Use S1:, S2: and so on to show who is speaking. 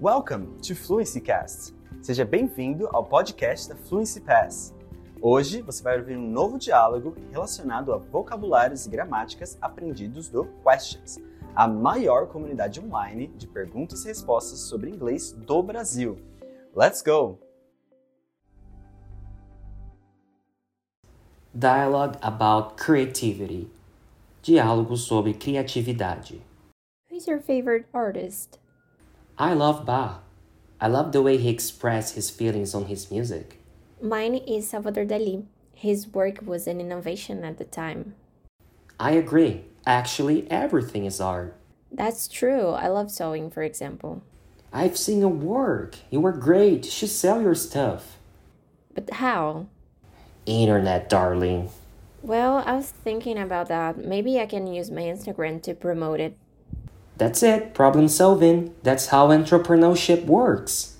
S1: Welcome to Fluency Cast. Seja bem-vindo ao podcast da Fluency Pass. Hoje você vai ouvir um novo diálogo relacionado a vocabulários e gramáticas aprendidos do Questions, a maior comunidade online de perguntas e respostas sobre inglês do Brasil. Let's go!
S2: Dialogue about creativity. Diálogo sobre criatividade.
S3: Who's your favorite artist?
S2: I love Bach. I love the way he expressed his feelings on his music.
S3: Mine is Salvador Dali. His work was an innovation at the time.
S2: I agree. Actually, everything is art.
S3: That's true. I love sewing, for example.
S2: I've seen your work. You are great. You should sell your stuff.
S3: But how?
S2: Internet, darling.
S3: Well, I was thinking about that. Maybe I can use my Instagram to promote it.
S2: That's it. Problem solving. That's how entrepreneurship works.